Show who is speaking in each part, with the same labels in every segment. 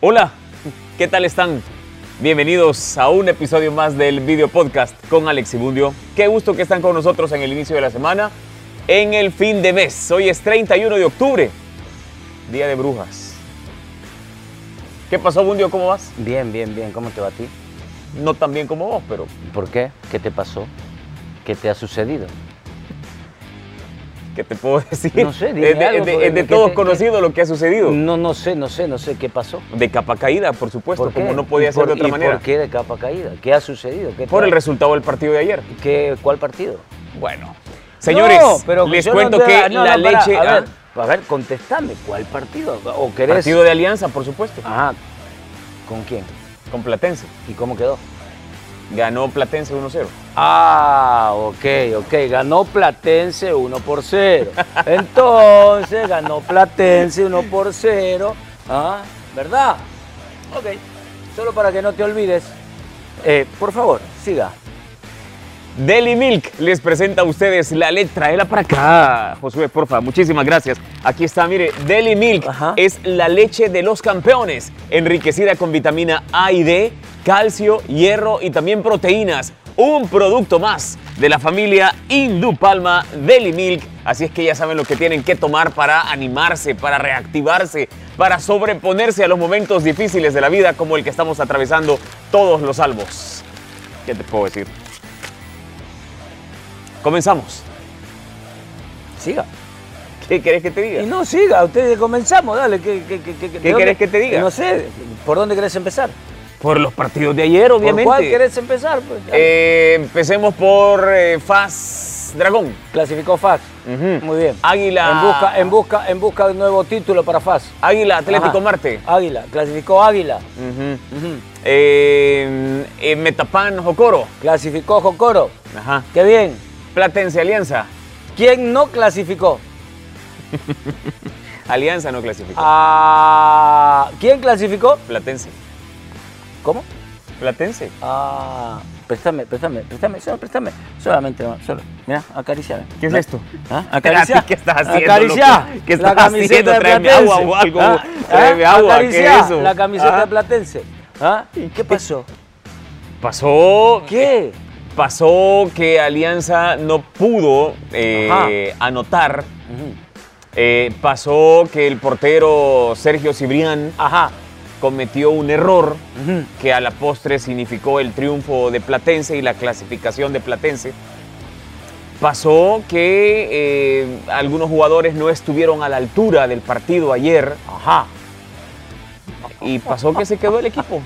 Speaker 1: Hola, ¿qué tal están? Bienvenidos a un episodio más del video podcast con Alex Ibundio. Qué gusto que están con nosotros en el inicio de la semana, en el fin de mes. Hoy es 31 de octubre, Día de Brujas. ¿Qué pasó, Bundio? ¿Cómo vas?
Speaker 2: Bien, bien, bien. ¿Cómo te va a ti?
Speaker 1: No tan bien como vos, pero
Speaker 2: ¿Por qué? ¿Qué te pasó? ¿Qué te ha sucedido?
Speaker 1: ¿qué te puedo decir?
Speaker 2: No sé, dime
Speaker 1: Es de,
Speaker 2: algo,
Speaker 1: es de-
Speaker 2: porque
Speaker 1: es de
Speaker 2: que
Speaker 1: todos
Speaker 2: te- Mm.
Speaker 1: conocido lo que ha sucedido.
Speaker 2: No, no sé, no sé, no sé qué pasó.
Speaker 1: De capa caída, por supuesto,
Speaker 2: qué?
Speaker 1: como no podía
Speaker 2: ¿Y
Speaker 1: ser
Speaker 2: por-
Speaker 1: de otra
Speaker 2: y
Speaker 1: manera.
Speaker 2: ¿Por qué de capa caída? ¿Qué ha sucedido? ¿Qué
Speaker 1: Por el
Speaker 2: tal?
Speaker 1: resultado del partido de ayer.
Speaker 2: ¿Qué, ¿Cuál partido?
Speaker 1: Bueno, señores,
Speaker 2: No, pero
Speaker 1: les
Speaker 2: yo no
Speaker 1: cuento
Speaker 2: veo
Speaker 1: que
Speaker 2: no,
Speaker 1: la
Speaker 2: no, para,
Speaker 1: leche.
Speaker 2: a,
Speaker 1: ah,
Speaker 2: ver, a ver, contestame, ¿cuál partido? ¿O querés?
Speaker 1: partido de alianza, por supuesto,
Speaker 2: Ajá. ¿Con quién?
Speaker 1: con Platense.
Speaker 2: ¿Y cómo quedó?
Speaker 1: Ganó Platense 1-0.
Speaker 2: Ah, ok, ok. Ganó Platense 1 por 0. Entonces ganó Platense 1 por 0. Ah, ¿Verdad? Ok. Solo para que no te olvides. Eh, por favor, siga.
Speaker 1: Deli Milk les presenta a ustedes la letra. Traela para acá, Josué, porfa. Muchísimas gracias. Aquí está, mire, Deli Milk
Speaker 2: Ajá.
Speaker 1: es la leche de los campeones, enriquecida con vitamina A y D, calcio, hierro y también proteínas. Un producto más de la familia Indupalma Deli Milk. Así es que ya saben lo que tienen que tomar para animarse, para reactivarse, para sobreponerse a los momentos difíciles de la vida como el que estamos atravesando todos los salvos. ¿Qué te puedo decir? Comenzamos.
Speaker 2: Siga.
Speaker 1: ¿Qué querés que te diga?
Speaker 2: Y no siga, ustedes comenzamos, dale. ¿Qué, qué, qué, qué- de
Speaker 1: querés
Speaker 2: dónde- Eh,
Speaker 1: que te diga?
Speaker 2: No sé, ¿por dónde querés empezar?
Speaker 1: Por los partidos de ayer, obviamente.
Speaker 2: ¿Por cuál querés empezar? Pues,
Speaker 1: Eh, empecemos por eh, Faz Dragón.
Speaker 2: Clasificó FAS.
Speaker 1: Ujú.
Speaker 2: Muy bien.
Speaker 1: Águila.
Speaker 2: En busca, en, busca, en busca de un nuevo título para FAS.
Speaker 1: Águila Atlético
Speaker 2: Ajá.
Speaker 1: Marte.
Speaker 2: Águila, clasificó Águila.
Speaker 1: Ujú.
Speaker 2: Ujú.
Speaker 1: Eh, eh, Metapan Jocoro.
Speaker 2: Clasificó Jocoro.
Speaker 1: Ajá.
Speaker 2: Qué bien.
Speaker 1: Platense Alianza.
Speaker 2: ¿Quién no clasificó?
Speaker 1: Alianza no clasificó.
Speaker 2: Ah, ¿Quién clasificó?
Speaker 1: Platense.
Speaker 2: ¿Cómo?
Speaker 1: Platense.
Speaker 2: Ah, préstame, préstame, préstame, solo préstame. Solamente, solo. Mira, acariciame.
Speaker 1: ¿Qué es
Speaker 2: ¿No?
Speaker 1: esto?
Speaker 2: ¿Ah?
Speaker 1: ¿A
Speaker 2: ¿Acariciá?
Speaker 1: ti ¿Qué estás haciendo?
Speaker 2: Acariciá
Speaker 1: loco? ¿Qué
Speaker 2: la
Speaker 1: estás
Speaker 2: camiseta
Speaker 1: haciendo?
Speaker 2: de
Speaker 1: Tráeme
Speaker 2: Platense.
Speaker 1: agua o algo.
Speaker 2: ¿Ah?
Speaker 1: Tráeme
Speaker 2: ¿Ah?
Speaker 1: agua. ¿Qué
Speaker 2: Acariciá
Speaker 1: es eso?
Speaker 2: la camiseta
Speaker 1: Ah.
Speaker 2: de Platense. ¿Ah? ¿Y qué pasó?
Speaker 1: Pasó.
Speaker 2: ¿Qué?
Speaker 1: Pasó que Alianza no pudo eh, anotar. Eh, pasó que el portero Sergio Cibrián
Speaker 2: Ajá.
Speaker 1: cometió un error
Speaker 2: Ujú.
Speaker 1: que a la postre significó el triunfo de Platense y la clasificación de Platense. Pasó que eh, algunos jugadores no estuvieron a la altura del partido ayer
Speaker 2: Ajá.
Speaker 1: y pasó que se quedó el equipo.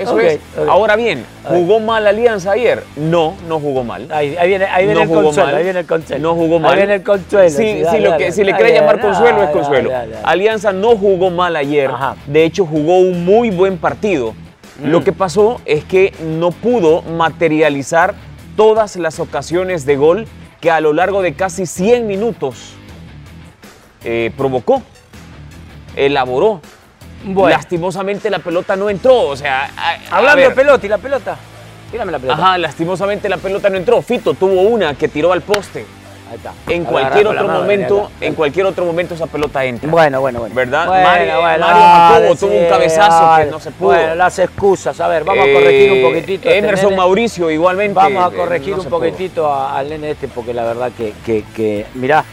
Speaker 1: Eso
Speaker 2: Ok,
Speaker 1: es.
Speaker 2: ok.
Speaker 1: Ahora bien,
Speaker 2: A ver.
Speaker 1: ¿jugó mal Alianza ayer? No, no jugó mal.
Speaker 2: Ahí, ahí viene, ahí viene
Speaker 1: No
Speaker 2: el
Speaker 1: jugó
Speaker 2: consuelo,
Speaker 1: mal.
Speaker 2: ahí viene el consuelo.
Speaker 1: No jugó mal.
Speaker 2: Ahí viene el consuelo.
Speaker 1: Sí, sí,
Speaker 2: dale,
Speaker 1: lo
Speaker 2: dale,
Speaker 1: que- si le
Speaker 2: dale,
Speaker 1: quiere llamar
Speaker 2: dale,
Speaker 1: consuelo es
Speaker 2: dale,
Speaker 1: consuelo.
Speaker 2: dale, dale.
Speaker 1: Alianza no jugó mal ayer.
Speaker 2: Ajá. Mm.
Speaker 1: De hecho, jugó un muy buen partido. Lo que pasó es que no pudo materializar todas las ocasiones de gol que a lo largo de casi 100 minutos eh, provocó, elaboró.
Speaker 2: Bueno.
Speaker 1: Lastimosamente la pelota no entró. O sea, a- a
Speaker 2: Hablando
Speaker 1: ver.
Speaker 2: de pelota y la pelota. Tírame la pelota.
Speaker 1: Ajá, lastimosamente la pelota no entró. Fito tuvo una que tiró al poste.
Speaker 2: Ahí está.
Speaker 1: En
Speaker 2: La
Speaker 1: cualquier
Speaker 2: agarra con la
Speaker 1: otro
Speaker 2: mano,
Speaker 1: momento,
Speaker 2: mira, mira.
Speaker 1: en cualquier otro momento esa pelota entra.
Speaker 2: Bueno, bueno, bueno.
Speaker 1: ¿Verdad?
Speaker 2: Bueno,
Speaker 1: Mario- Mario
Speaker 2: dale,
Speaker 1: Jacobo tuvo un
Speaker 2: sí,
Speaker 1: cabezazo que
Speaker 2: dale.
Speaker 1: no se pudo.
Speaker 2: Bueno, las excusas. A ver, vamos
Speaker 1: Eh,
Speaker 2: a corregir un poquitito. a este
Speaker 1: Emerson
Speaker 2: nene.
Speaker 1: Mauricio igualmente.
Speaker 2: Vamos a
Speaker 1: eh,
Speaker 2: corregir
Speaker 1: no
Speaker 2: un
Speaker 1: se pudo.
Speaker 2: poquitito a- al nene este porque la verdad que, que, que mirá,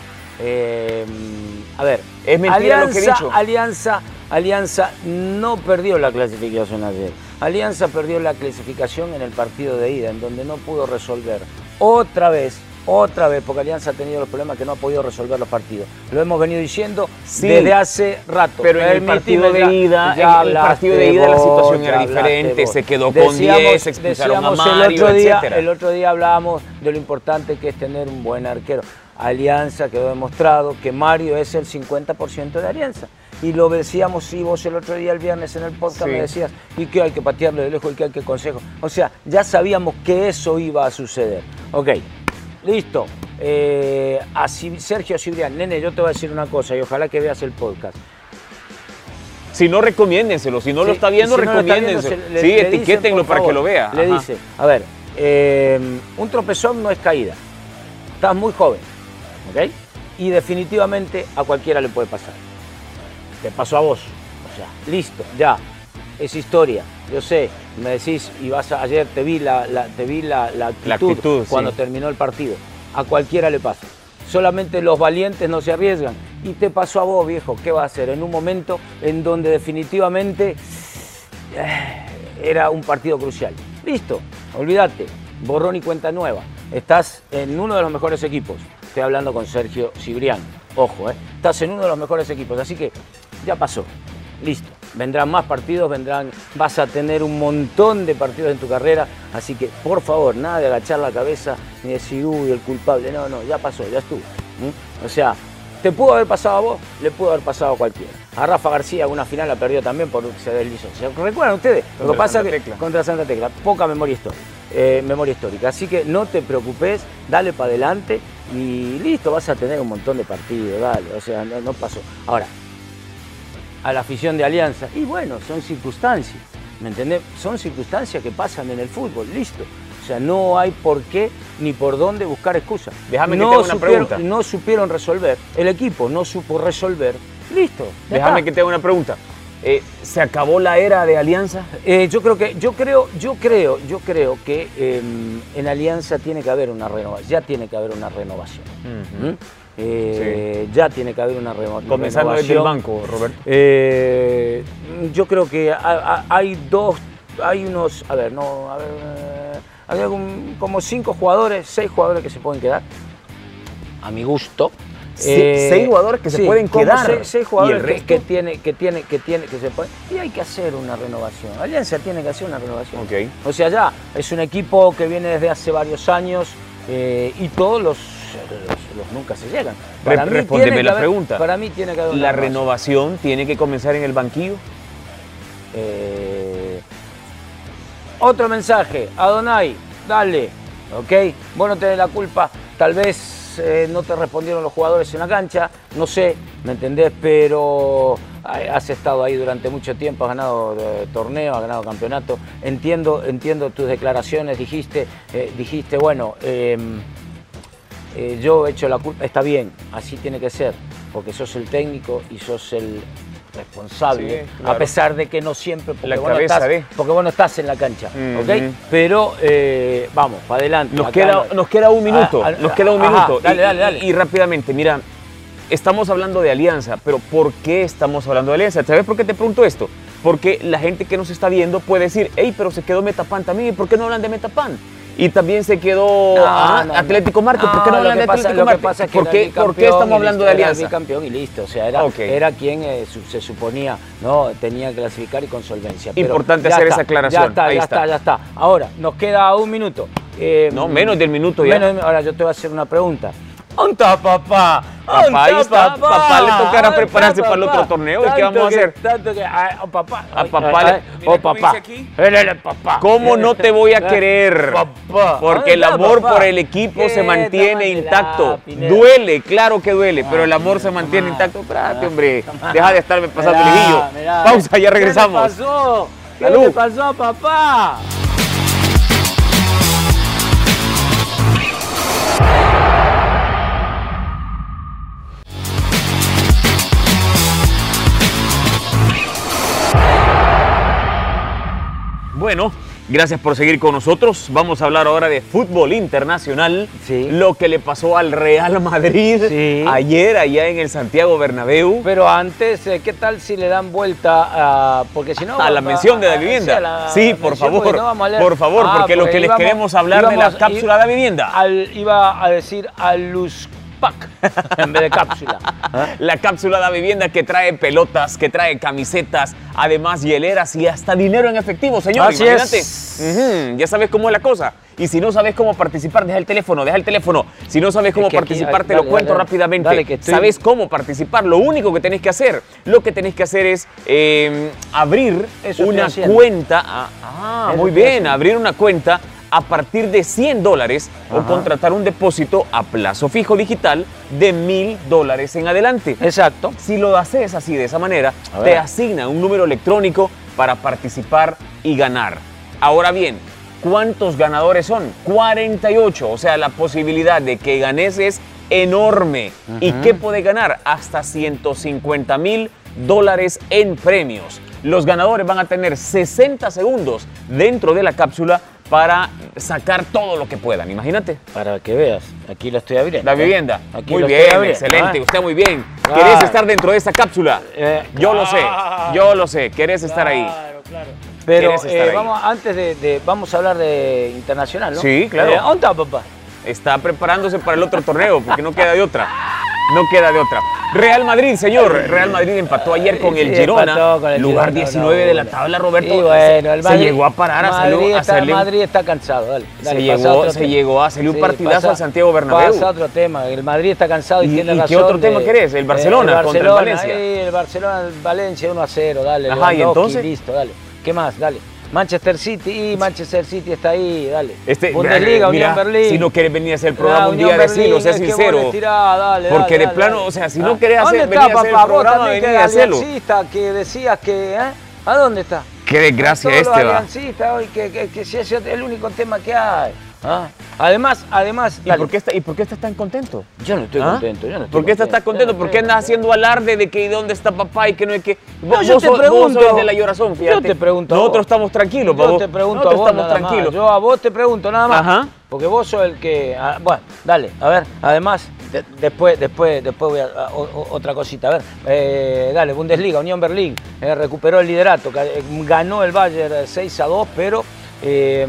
Speaker 2: eh, a ver.
Speaker 1: Es mentira lo que he
Speaker 2: Alianza-
Speaker 1: dicho.
Speaker 2: Alianza, Alianza no perdió la clasificación ayer. Alianza perdió la clasificación en el partido de ida, en donde no pudo resolver. Otra vez, otra vez, porque Alianza ha tenido los problemas que no ha podido resolver los partidos. Lo hemos venido diciendo
Speaker 1: Sí,
Speaker 2: desde hace rato.
Speaker 1: Pero en el
Speaker 2: Permitime,
Speaker 1: partido de
Speaker 2: ya-
Speaker 1: ida,
Speaker 2: ya
Speaker 1: en el partido de
Speaker 2: hablaste
Speaker 1: ida la
Speaker 2: vos,
Speaker 1: situación
Speaker 2: ya
Speaker 1: era
Speaker 2: hablaste
Speaker 1: diferente,
Speaker 2: vos.
Speaker 1: se quedó con
Speaker 2: Decíamos-
Speaker 1: 10, expulsaron a
Speaker 2: decíamos el
Speaker 1: Mario,
Speaker 2: otro día-
Speaker 1: etcétera.
Speaker 2: el otro día hablábamos de lo importante que es tener un buen arquero. Alianza quedó demostrado que Mario es el 50% de Alianza. Y lo decíamos, sí, vos el otro día, el viernes en el podcast,
Speaker 1: Sí.
Speaker 2: me decías, y que hay que patearlo de lejos y que hay que consejo. O sea, ya sabíamos que eso iba a suceder. Ok, listo. Eh, a Ci- Sergio Cibrián, nene, yo te voy a decir una cosa y ojalá que veas el podcast.
Speaker 1: Si no, recomiéndenselo. Si no lo
Speaker 2: Sí,
Speaker 1: está viendo,
Speaker 2: y si no lo está viendo,
Speaker 1: recomiéndenselo.
Speaker 2: se- le-
Speaker 1: sí,
Speaker 2: le dicen,
Speaker 1: etiquétenlo
Speaker 2: por
Speaker 1: para que
Speaker 2: favor,
Speaker 1: lo vea.
Speaker 2: Le
Speaker 1: Ajá.
Speaker 2: dice, a ver, eh, un tropezón no es caída. Estás muy joven, ¿ok? Y definitivamente a cualquiera le puede pasar. Te pasó a vos. O sea, listo, ya. es historia. Yo sé, me decís, y vas a- ayer te vi la, la- te vi la, la actitud,
Speaker 1: La actitud, sí.
Speaker 2: cuando terminó el partido. A cualquiera le pasa. Solamente los valientes no se arriesgan. Y te pasó a vos, viejo. ¿Qué va a hacer? En un momento en donde definitivamente era un partido crucial. Listo, olvídate, borrón y cuenta nueva. Estás en uno de los mejores equipos. Estoy hablando con Sergio Cibrián. Ojo, ¿eh? estás en uno de los mejores equipos. Así que ya pasó. Listo. Vendrán más partidos, vendrán, vas a tener un montón de partidos en tu carrera. Así que, por favor, nada de agachar la cabeza ni decir, uy, el culpable. No, no, ya pasó, ya estuvo. ¿Mm? O sea, te pudo haber pasado a vos, le pudo haber pasado a cualquiera. A Rafa García alguna final la perdió también por se deslizó. ¿Se recuerdan ustedes? Lo que
Speaker 1: Contra
Speaker 2: pasa
Speaker 1: Santa
Speaker 2: que
Speaker 1: Tecla.
Speaker 2: contra Santa Tecla, poca memoria histórica, eh, memoria histórica. Así que no te preocupes, dale para adelante y listo, vas a tener un montón de partidos, dale. O sea, no, no pasó. Ahora, a la afición de Alianza. Y bueno, son circunstancias, ¿me entendés? Son circunstancias que pasan en el fútbol, listo. O sea, no hay por qué ni por dónde buscar excusas.
Speaker 1: Déjame que
Speaker 2: no
Speaker 1: te haga una
Speaker 2: supieron,
Speaker 1: pregunta.
Speaker 2: No supieron resolver, el equipo no supo resolver, listo. ya
Speaker 1: Déjame
Speaker 2: está.
Speaker 1: que te haga una pregunta. Eh, ¿Se acabó la era de Alianza?
Speaker 2: Eh, yo creo que, yo creo, yo creo, yo creo que eh, en Alianza tiene que haber una renovación, ya tiene que haber una renovación. ¿Mm? Eh, Ya tiene que haber una reno- renovación.
Speaker 1: Comenzando desde el banco, Roberto.
Speaker 2: Eh, yo creo que ha- ha- hay dos, hay unos, a ver, no, a ver, eh, hay algún- como cinco jugadores, seis jugadores que se pueden quedar, a mi gusto.
Speaker 1: Se- seis jugadores que se pueden
Speaker 2: como
Speaker 1: quedar.
Speaker 2: Seis, seis
Speaker 1: ¿Y el
Speaker 2: jugadores que-
Speaker 1: resto?
Speaker 2: que tiene, que tiene, que tiene, que se pueden. Y hay que hacer una renovación. Alianza tiene que hacer una renovación.
Speaker 1: Ok.
Speaker 2: O sea, ya es un equipo que viene desde hace varios años eh, y todos los, los- los nunca se llegan.
Speaker 1: Re- respóndeme
Speaker 2: tiene que
Speaker 1: la
Speaker 2: haber-
Speaker 1: pregunta.
Speaker 2: Para mí tiene que haber una
Speaker 1: ¿La renovación tiene que comenzar en el banquillo?
Speaker 2: Eh, otro mensaje, Adonai, dale, ¿ok? Vos no tenés la culpa, tal vez eh, no te respondieron los jugadores en la cancha, no sé, ¿me entendés? Pero ay, has estado ahí durante mucho tiempo, has ganado eh, torneo, has ganado campeonato, entiendo, entiendo tus declaraciones, dijiste, eh, dijiste, bueno, em, eh, yo he hecho la culpa, está bien, así tiene que ser, porque sos el técnico y sos el responsable,
Speaker 1: Sí, claro.
Speaker 2: a pesar de que no siempre, porque,
Speaker 1: La
Speaker 2: vos, no
Speaker 1: cabeza
Speaker 2: estás,
Speaker 1: de.
Speaker 2: porque vos no estás en la cancha,
Speaker 1: Ujú.
Speaker 2: ¿ok? Pero eh, vamos, para adelante.
Speaker 1: Nos
Speaker 2: acá
Speaker 1: queda,
Speaker 2: no-
Speaker 1: nos queda un minuto.
Speaker 2: Ah, ah,
Speaker 1: nos queda un
Speaker 2: ajá,
Speaker 1: minuto. Y-
Speaker 2: Dale, dale, dale.
Speaker 1: Y, y rápidamente, mira, estamos hablando de alianza, pero ¿por qué estamos hablando de alianza? ¿Sabes por qué te pregunto esto? Porque la gente que nos está viendo puede decir, hey, pero se quedó Metapan también, ¿y por qué no hablan de Metapan? Y también se quedó
Speaker 2: No,
Speaker 1: ah,
Speaker 2: no, no.
Speaker 1: Atlético Marte. ¿Por qué no
Speaker 2: lo
Speaker 1: hablan
Speaker 2: que
Speaker 1: de
Speaker 2: pasa-
Speaker 1: Atlético
Speaker 2: lo que
Speaker 1: Marte?
Speaker 2: pasa es que
Speaker 1: ¿Por
Speaker 2: era
Speaker 1: qué,
Speaker 2: bicampeón
Speaker 1: por qué estamos
Speaker 2: y
Speaker 1: hablando de
Speaker 2: listo, era
Speaker 1: alianza?
Speaker 2: bicampeón y listo, o sea, era,
Speaker 1: Ok.
Speaker 2: era quien eh, su- se suponía, ¿no? Tenía que clasificar y con solvencia. pero
Speaker 1: Importante
Speaker 2: ya
Speaker 1: hacer
Speaker 2: está,
Speaker 1: esa aclaración,
Speaker 2: Ya está,
Speaker 1: ahí
Speaker 2: ya
Speaker 1: está.
Speaker 2: está, ya está. Ahora, nos queda un minuto. Eh,
Speaker 1: No, menos del minuto ya.
Speaker 2: menos de- ahora yo te voy a hacer una pregunta. ¿Dónde está papá?
Speaker 1: Papá,
Speaker 2: ¿Dónde
Speaker 1: ahí está, papá le tocará
Speaker 2: ¿Dónde
Speaker 1: prepararse
Speaker 2: está
Speaker 1: para el otro
Speaker 2: papá?
Speaker 1: torneo, ¿y qué
Speaker 2: Tanto
Speaker 1: vamos a
Speaker 2: que-
Speaker 1: hacer?
Speaker 2: Tanto que, ah, oh, papá.
Speaker 1: A
Speaker 2: ay,
Speaker 1: papá
Speaker 2: ay,
Speaker 1: le-
Speaker 2: ay,
Speaker 1: Mira
Speaker 2: oh,
Speaker 1: cómo dice
Speaker 2: papá.
Speaker 1: aquí.
Speaker 2: Él es el papá.
Speaker 1: ¿Cómo no te voy a querer?
Speaker 2: Papá.
Speaker 1: Porque el
Speaker 2: Anda,
Speaker 1: amor
Speaker 2: papá.
Speaker 1: por el equipo se
Speaker 2: Eh,
Speaker 1: mantiene
Speaker 2: tómatela,
Speaker 1: intacto.
Speaker 2: Pineda.
Speaker 1: Duele, claro que duele, pero el amor se
Speaker 2: Tomá,
Speaker 1: mantiene intacto. Espérate,
Speaker 2: tomá,
Speaker 1: hombre.
Speaker 2: tomá.
Speaker 1: Deja de estarme pasando el
Speaker 2: Ah, Mirá,
Speaker 1: guillo.
Speaker 2: mirá.
Speaker 1: Pausa, ya regresamos.
Speaker 2: ¿Qué le pasó? ¿Qué
Speaker 1: Salud.
Speaker 2: le pasó a papá?
Speaker 1: Bueno, gracias por seguir con nosotros. Vamos a hablar ahora de fútbol internacional.
Speaker 2: Sí.
Speaker 1: Lo que le pasó al Real Madrid
Speaker 2: Sí.
Speaker 1: ayer allá en el Santiago Bernabéu.
Speaker 2: Pero antes, eh, ¿qué tal si le dan vuelta a.? Porque si no.
Speaker 1: A la
Speaker 2: va-
Speaker 1: mención de la
Speaker 2: a-
Speaker 1: vivienda.
Speaker 2: a la
Speaker 1: Sí, por
Speaker 2: mención,
Speaker 1: favor,
Speaker 2: porque no vamos a leer. Ah, pues
Speaker 1: por favor, porque lo que les
Speaker 2: íbamos-
Speaker 1: queremos hablar de la
Speaker 2: íbamos-
Speaker 1: cápsula de la vivienda.
Speaker 2: al- iba a decir a Luzpac en vez de cápsula.
Speaker 1: La cápsula de la vivienda que trae pelotas, que trae camisetas, además hieleras y hasta dinero en efectivo, señor.
Speaker 2: Así
Speaker 1: imagínate.
Speaker 2: es.
Speaker 1: Ujú, Ya sabes cómo es la cosa. Y si no sabes cómo participar, deja el teléfono, deja el teléfono. Si no sabes cómo
Speaker 2: que aquí-
Speaker 1: participar,
Speaker 2: ay,
Speaker 1: te lo
Speaker 2: dale,
Speaker 1: cuento
Speaker 2: dale,
Speaker 1: rápidamente.
Speaker 2: dale, que estoy-
Speaker 1: Sabes cómo participar. Lo único que tenés que hacer, lo que tenés que hacer es eh, abrir
Speaker 2: Eso estoy
Speaker 1: una
Speaker 2: haciendo.
Speaker 1: cuenta. Ah, ah,
Speaker 2: Eso
Speaker 1: muy
Speaker 2: estoy
Speaker 1: bien,
Speaker 2: haciendo.
Speaker 1: abrir una cuenta a partir de 100 dólares o
Speaker 2: Ajá.
Speaker 1: contratar un depósito a plazo fijo digital de 1000 dólares en adelante.
Speaker 2: Exacto.
Speaker 1: Si lo haces así, de esa manera,
Speaker 2: A ver.
Speaker 1: te asignan un número electrónico para participar y ganar. Ahora bien, ¿cuántos ganadores son? 48. O sea, la posibilidad de que ganes es enorme. ¿Y qué puede ganar? Hasta 150 mil dólares en premios. Los ganadores van a tener 60 segundos dentro de la cápsula para sacar todo lo que puedan. Imagínate.
Speaker 2: Para que veas, aquí lo estoy abriendo. ¿eh?
Speaker 1: La vivienda.
Speaker 2: Aquí
Speaker 1: muy
Speaker 2: lo
Speaker 1: bien,
Speaker 2: estoy abriendo,
Speaker 1: excelente.
Speaker 2: ¿eh?
Speaker 1: Usted muy bien.
Speaker 2: Claro.
Speaker 1: ¿Querés estar dentro de esta cápsula?
Speaker 2: Eh, Ah.
Speaker 1: yo lo sé,
Speaker 2: claro.
Speaker 1: yo lo sé. ¿Querés estar ahí?
Speaker 2: Pero
Speaker 1: quieres estar
Speaker 2: eh,
Speaker 1: ahí.
Speaker 2: vamos, antes de, de- vamos a hablar de internacional, ¿no?
Speaker 1: Sí, claro.
Speaker 2: Eh, ¿Dónde está, papá?
Speaker 1: Está preparándose para el otro torneo porque no queda de otra. No queda de otra. Real Madrid, señor. Real Madrid empató ayer con
Speaker 2: Sí,
Speaker 1: el
Speaker 2: empató
Speaker 1: Girona,
Speaker 2: con el
Speaker 1: lugar
Speaker 2: Girona,
Speaker 1: 19 de la tabla, Roberto.
Speaker 2: Y bueno, el
Speaker 1: se
Speaker 2: Madrid-
Speaker 1: llegó a parar, a
Speaker 2: Madrid
Speaker 1: hacerle, a
Speaker 2: está,
Speaker 1: hacerle-
Speaker 2: Madrid está cansado, dale. dale,
Speaker 1: Se
Speaker 2: pasa
Speaker 1: llegó-
Speaker 2: otro
Speaker 1: se
Speaker 2: tema.
Speaker 1: llegó a hacerle un partidazo al Santiago Bernabéu.
Speaker 2: Pasa otro tema, el Madrid está cansado y,
Speaker 1: ¿Y-
Speaker 2: tiene
Speaker 1: y qué
Speaker 2: razón.
Speaker 1: otro tema
Speaker 2: de-
Speaker 1: querés? El
Speaker 2: eh,
Speaker 1: Barcelona contra el
Speaker 2: Barcelona,
Speaker 1: Valencia.
Speaker 2: ahí, el Barcelona, el Valencia 1 a 0, dale.
Speaker 1: Ajá, ¿y
Speaker 2: Lewandowski,
Speaker 1: entonces?
Speaker 2: Listo, dale. ¿Qué más? Dale. Manchester City, y Manchester City está ahí, dale.
Speaker 1: Este,
Speaker 2: Bundesliga,
Speaker 1: mira,
Speaker 2: Unión Berlín.
Speaker 1: Si no querés venir a hacer el programa
Speaker 2: Ah,
Speaker 1: un
Speaker 2: Unión
Speaker 1: día,
Speaker 2: Berlín,
Speaker 1: decilo, sé
Speaker 2: es que vos
Speaker 1: sincero.
Speaker 2: le tirás, dale,
Speaker 1: porque
Speaker 2: dale,
Speaker 1: de
Speaker 2: dale,
Speaker 1: plano,
Speaker 2: dale.
Speaker 1: o sea, si
Speaker 2: Ah.
Speaker 1: no querés hacer,
Speaker 2: ¿Dónde
Speaker 1: venir a
Speaker 2: está,
Speaker 1: hacer
Speaker 2: papá?
Speaker 1: el programa,
Speaker 2: Vos
Speaker 1: venir
Speaker 2: también
Speaker 1: y
Speaker 2: que
Speaker 1: hacerlo.
Speaker 2: aliancista, que decías que... ¿eh? ¿A dónde está?
Speaker 1: Qué desgracia
Speaker 2: Todos los
Speaker 1: este, va.
Speaker 2: aliancistas hoy, que, que, que si es el único tema que hay. ¿ah? Además, además...
Speaker 1: ¿Y
Speaker 2: dale.
Speaker 1: por, qué está- ¿Y por qué estás tan contento?
Speaker 2: Yo no estoy
Speaker 1: ¿Ah?
Speaker 2: contento, yo no estoy
Speaker 1: ¿Por qué estás tan contento?
Speaker 2: yo no
Speaker 1: ¿Por qué
Speaker 2: estoy
Speaker 1: andas
Speaker 2: contento.
Speaker 1: haciendo alarde de que dónde está papá y que no hay que.?
Speaker 2: No, yo te
Speaker 1: sos-
Speaker 2: pregunto.
Speaker 1: sos el de la llorazón,
Speaker 2: Yo
Speaker 1: fíjate.
Speaker 2: te pregunto a
Speaker 1: Nosotros
Speaker 2: vos.
Speaker 1: estamos tranquilos,
Speaker 2: Yo
Speaker 1: papá.
Speaker 2: te pregunto
Speaker 1: Nosotros
Speaker 2: a vos
Speaker 1: estamos
Speaker 2: nada más.
Speaker 1: tranquilos.
Speaker 2: Yo a vos te pregunto nada más.
Speaker 1: Ajá.
Speaker 2: Porque vos sos el que... ah, bueno, dale, a ver. Además, de- después, después, después voy a, a- o- o- otra cosita. A ver, eh, dale, Bundesliga, Unión Berlín, eh, recuperó el liderato. ca- eh, Ganó el Bayern eh, 6 a 2, pero eh,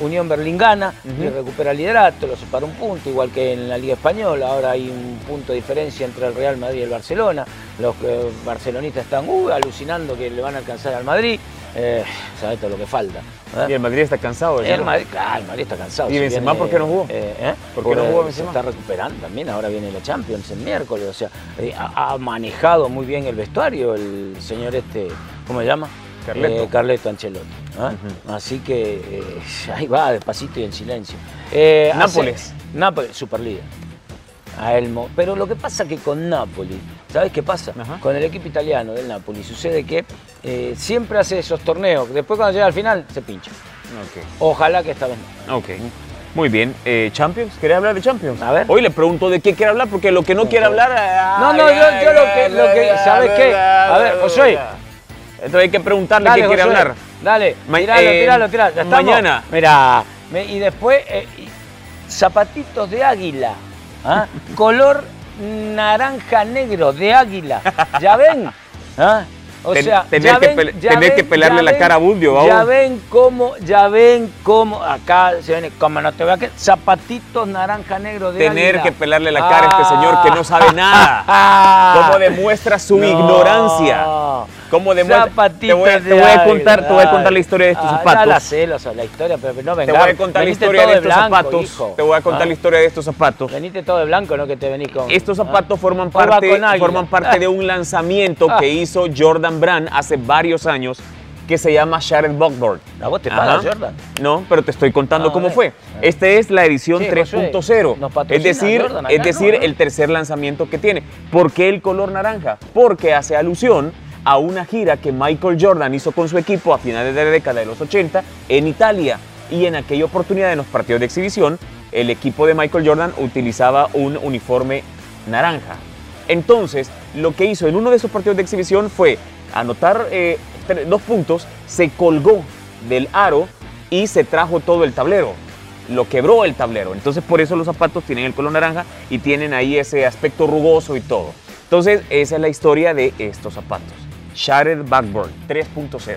Speaker 2: Unión Berlín gana y recupera el liderato, lo separa un punto, igual que en la Liga Española. Ahora hay un punto de diferencia entre el Real Madrid y el Barcelona. Los eh, barcelonistas están uh, alucinando que le van a alcanzar al Madrid. Eh, sabes todo lo que falta. ¿eh?
Speaker 1: Y el Madrid está cansado.
Speaker 2: El
Speaker 1: ¿no?
Speaker 2: Madrid, ah, el Madrid está cansado.
Speaker 1: ¿Y
Speaker 2: si
Speaker 1: Benzema
Speaker 2: viene,
Speaker 1: por qué no jugó?
Speaker 2: eh, ¿eh?
Speaker 1: ¿Por qué no jugó
Speaker 2: Porque
Speaker 1: Benzema?
Speaker 2: Se está recuperando también, ahora viene la Champions el miércoles. O sea, eh, ha, ha manejado muy bien el vestuario el señor este, ¿cómo se llama?
Speaker 1: Carleto.
Speaker 2: Eh, Carleto Ancelotti. ¿ah? Así que eh, ahí va, despacito y en silencio. Eh,
Speaker 1: Nápoles.
Speaker 2: hace- Nápoles, Superliga. A Elmo. Pero lo que pasa que con Napoli, ¿sabes qué pasa?
Speaker 1: Ajá.
Speaker 2: Con el equipo italiano del Napoli sucede que eh, siempre hace esos torneos. Después cuando llega al final, se pincha. Ojalá que esta vez no.
Speaker 1: Ok, ok. Muy bien. Eh, ¿Champions? ¿Querés hablar de Champions?
Speaker 2: A ver.
Speaker 1: Hoy le pregunto de qué quiere hablar, porque lo que no quiere hablar. eh,
Speaker 2: No, no, yo, yo lo que, lo que, ¿sabes qué? A ver, Josué,
Speaker 1: Entonces hay que preguntarle
Speaker 2: dale,
Speaker 1: qué quiere
Speaker 2: Josué,
Speaker 1: hablar.
Speaker 2: Dale,
Speaker 1: Ma-
Speaker 2: tiralo,
Speaker 1: eh,
Speaker 2: tiralo, tiralo. ¿Ya estamos?
Speaker 1: mañana.
Speaker 2: Mirá, me- y después, eh, y- zapatitos de águila, ¿ah? color naranja negro de águila, ¿ya ven? ¿Ah? O
Speaker 1: Ten-
Speaker 2: sea,
Speaker 1: tener
Speaker 2: ya
Speaker 1: que
Speaker 2: ven-
Speaker 1: pele-
Speaker 2: ya
Speaker 1: tener
Speaker 2: ven-
Speaker 1: que pelarle
Speaker 2: ya
Speaker 1: la
Speaker 2: ven-
Speaker 1: cara a Bundio, ¿va
Speaker 2: Ya
Speaker 1: vos?
Speaker 2: ven cómo, ya ven cómo, acá se ven, como no te voy a que, zapatitos naranja negro de águila.
Speaker 1: Tener que pelarle la cara a este señor que no sabe nada.
Speaker 2: nada.
Speaker 1: ¿Cómo demuestra su
Speaker 2: Ah. No.
Speaker 1: ignorancia? ¿Cómo demuestra?
Speaker 2: Zapatitos
Speaker 1: Te voy a,
Speaker 2: de
Speaker 1: te voy a
Speaker 2: águila,
Speaker 1: contar, te voy a contar la
Speaker 2: dale.
Speaker 1: historia de estos
Speaker 2: Ah,
Speaker 1: zapatos.
Speaker 2: Ya la sé, la, la historia, pero no
Speaker 1: te
Speaker 2: vengas.
Speaker 1: voy a contar la
Speaker 2: Veniste
Speaker 1: historia
Speaker 2: todo
Speaker 1: de estos
Speaker 2: blanco,
Speaker 1: zapatos.
Speaker 2: hijo.
Speaker 1: Te voy a contar
Speaker 2: Ah,
Speaker 1: la historia de estos zapatos.
Speaker 2: Veniste todo de blanco, no que te venís con... Ah.
Speaker 1: Estos zapatos forman
Speaker 2: Hoy va
Speaker 1: parte,
Speaker 2: con águila.
Speaker 1: forman parte de un lanzamiento
Speaker 2: Ah.
Speaker 1: que hizo Jordan Brand hace varios años que se llama Shattered Buckboard.
Speaker 2: ¿A vos te
Speaker 1: Ajá.
Speaker 2: paga, Jordan?
Speaker 1: No, pero te estoy contando
Speaker 2: Ah,
Speaker 1: cómo
Speaker 2: bueno.
Speaker 1: fue. Esta es la edición
Speaker 2: Sí, Josué,
Speaker 1: 3.0.
Speaker 2: nos
Speaker 1: Es
Speaker 2: patrocina
Speaker 1: decir,
Speaker 2: Jordan acá,
Speaker 1: es decir,
Speaker 2: ¿no?
Speaker 1: el tercer lanzamiento que tiene. ¿Por qué el color naranja? Porque hace alusión a una gira que Michael Jordan hizo con su equipo a finales de la década de los 80 en Italia. Y en aquella oportunidad, en los partidos de exhibición, el equipo de Michael Jordan utilizaba un uniforme naranja. Entonces, lo que hizo en uno de esos partidos de exhibición fue anotar eh, tre- dos puntos, se colgó del aro y se trajo todo el tablero lo quebró el tablero. Entonces por eso los zapatos tienen el color naranja y tienen ahí ese aspecto rugoso y todo. Entonces esa es la historia de estos zapatos. Shattered Backboard 3.0.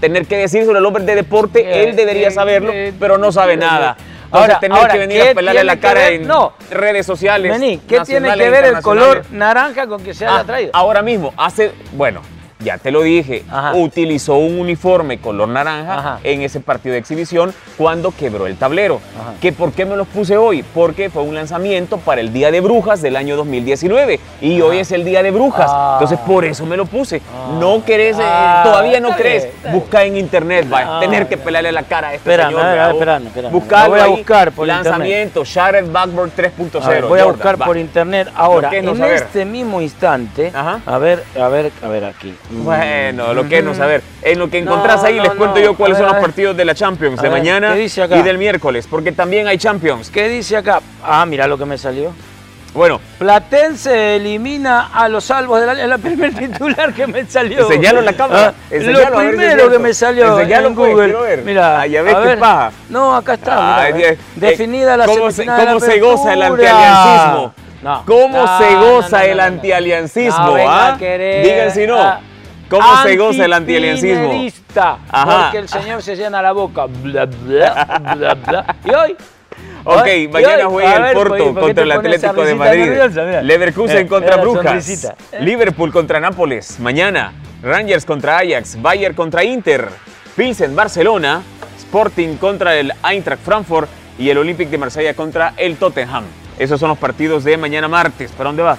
Speaker 1: Tener que decírselo al hombre de deporte,
Speaker 2: Eh,
Speaker 1: él debería
Speaker 2: eh,
Speaker 1: saberlo,
Speaker 2: eh,
Speaker 1: pero no sabe
Speaker 2: eh,
Speaker 1: nada.
Speaker 2: eh.
Speaker 1: Ahora,
Speaker 2: Ahora,
Speaker 1: tener
Speaker 2: ahora,
Speaker 1: que venir
Speaker 2: ¿qué
Speaker 1: a pelarle la
Speaker 2: tiene que
Speaker 1: cara
Speaker 2: ver?
Speaker 1: en
Speaker 2: No.
Speaker 1: redes sociales.
Speaker 2: Vení, ¿qué tiene
Speaker 1: nacionales
Speaker 2: que
Speaker 1: e
Speaker 2: ver el color
Speaker 1: internacionales.
Speaker 2: naranja con que se haya
Speaker 1: Ah,
Speaker 2: traído?
Speaker 1: Ahora mismo, hace, bueno, ya te lo dije,
Speaker 2: Ajá.
Speaker 1: utilizó un uniforme color naranja
Speaker 2: Ajá.
Speaker 1: en ese partido de exhibición cuando quebró el tablero.
Speaker 2: Ajá.
Speaker 1: ¿Que ¿Por qué me los puse hoy? Porque fue un lanzamiento para el Día de Brujas del año 2019 y hoy es el Día de Brujas.
Speaker 2: Ah.
Speaker 1: Entonces por eso me lo puse.
Speaker 2: Ah.
Speaker 1: No querés, eh,
Speaker 2: Ah,
Speaker 1: todavía no
Speaker 2: está
Speaker 1: crees.
Speaker 2: bien, está bien.
Speaker 1: Busca en internet, va.
Speaker 2: Ah,
Speaker 1: Tener que
Speaker 2: ya.
Speaker 1: pelarle la cara a este
Speaker 2: Espérame,
Speaker 1: señor.
Speaker 2: a ver,
Speaker 1: bravo.
Speaker 2: espérame, espérame.
Speaker 1: Buscalo
Speaker 2: Lo voy a
Speaker 1: ahí,
Speaker 2: buscar por internet.
Speaker 1: Lanzamiento, Shattered Backboard 3.0.
Speaker 2: A ver, voy a
Speaker 1: Jordan,
Speaker 2: buscar
Speaker 1: va.
Speaker 2: por internet ahora.
Speaker 1: Lo que es no
Speaker 2: en
Speaker 1: saber.
Speaker 2: este mismo instante,
Speaker 1: Ajá.
Speaker 2: a ver, a ver, a ver aquí.
Speaker 1: Bueno, lo que es no saber. En lo que
Speaker 2: Mm. No,
Speaker 1: encontrás ahí
Speaker 2: no,
Speaker 1: les cuento
Speaker 2: no.
Speaker 1: yo cuáles
Speaker 2: A ver,
Speaker 1: son
Speaker 2: a
Speaker 1: los
Speaker 2: ver.
Speaker 1: partidos de la Champions
Speaker 2: A
Speaker 1: de
Speaker 2: ver,
Speaker 1: mañana
Speaker 2: ¿qué dice acá?
Speaker 1: y del miércoles, porque también hay Champions.
Speaker 2: ¿Qué dice acá? Ah, mira lo que me salió.
Speaker 1: Bueno,
Speaker 2: Platense elimina a los salvos de la Es la primer titular que me salió.
Speaker 1: Señalo en la cámara,
Speaker 2: Ah,
Speaker 1: enseñalo, a ver
Speaker 2: lo
Speaker 1: si es
Speaker 2: primero
Speaker 1: cierto.
Speaker 2: que me salió
Speaker 1: Enseñalo,
Speaker 2: en
Speaker 1: pues,
Speaker 2: Google.
Speaker 1: quiero ver.
Speaker 2: Mira,
Speaker 1: Ah, ya ves
Speaker 2: a
Speaker 1: qué
Speaker 2: ver.
Speaker 1: paja.
Speaker 2: No, acá está. Ah, mira,
Speaker 1: Ay,
Speaker 2: a ver.
Speaker 1: Dios.
Speaker 2: Definida la
Speaker 1: Eh, ¿cómo
Speaker 2: semifinal
Speaker 1: se,
Speaker 2: de
Speaker 1: cómo se goza el
Speaker 2: apertura.
Speaker 1: antialiancismo?
Speaker 2: No.
Speaker 1: ¿Cómo
Speaker 2: No,
Speaker 1: se
Speaker 2: no,
Speaker 1: goza
Speaker 2: no, no,
Speaker 1: el
Speaker 2: no.
Speaker 1: antialiancismo?
Speaker 2: No, venga
Speaker 1: ah?
Speaker 2: a querer.
Speaker 1: Digan si no.
Speaker 2: Ah.
Speaker 1: ¿Cómo se goza el antialiancismo?
Speaker 2: Antipinerista,
Speaker 1: Ajá.
Speaker 2: Porque el señor se llena la boca. Bla, bla, bla, bla. Y hoy.
Speaker 1: Ok,
Speaker 2: hoy- y
Speaker 1: mañana
Speaker 2: hoy-
Speaker 1: juega
Speaker 2: a
Speaker 1: el
Speaker 2: ver, ¿por
Speaker 1: Porto
Speaker 2: qué te
Speaker 1: contra el
Speaker 2: pones
Speaker 1: Atlético de
Speaker 2: sonrisita
Speaker 1: Madrid.
Speaker 2: nerviosa? Mira.
Speaker 1: Leverkusen
Speaker 2: Eh,
Speaker 1: contra
Speaker 2: mira la
Speaker 1: Brujas.
Speaker 2: sonrisita.
Speaker 1: Liverpool contra Nápoles. Mañana, Rangers contra Ajax. Bayern contra Inter. Pilsen Barcelona. Sporting contra el Eintracht Frankfurt. Y el Olympique de Marsella contra el Tottenham. Esos son los partidos de mañana martes. ¿Para dónde vas?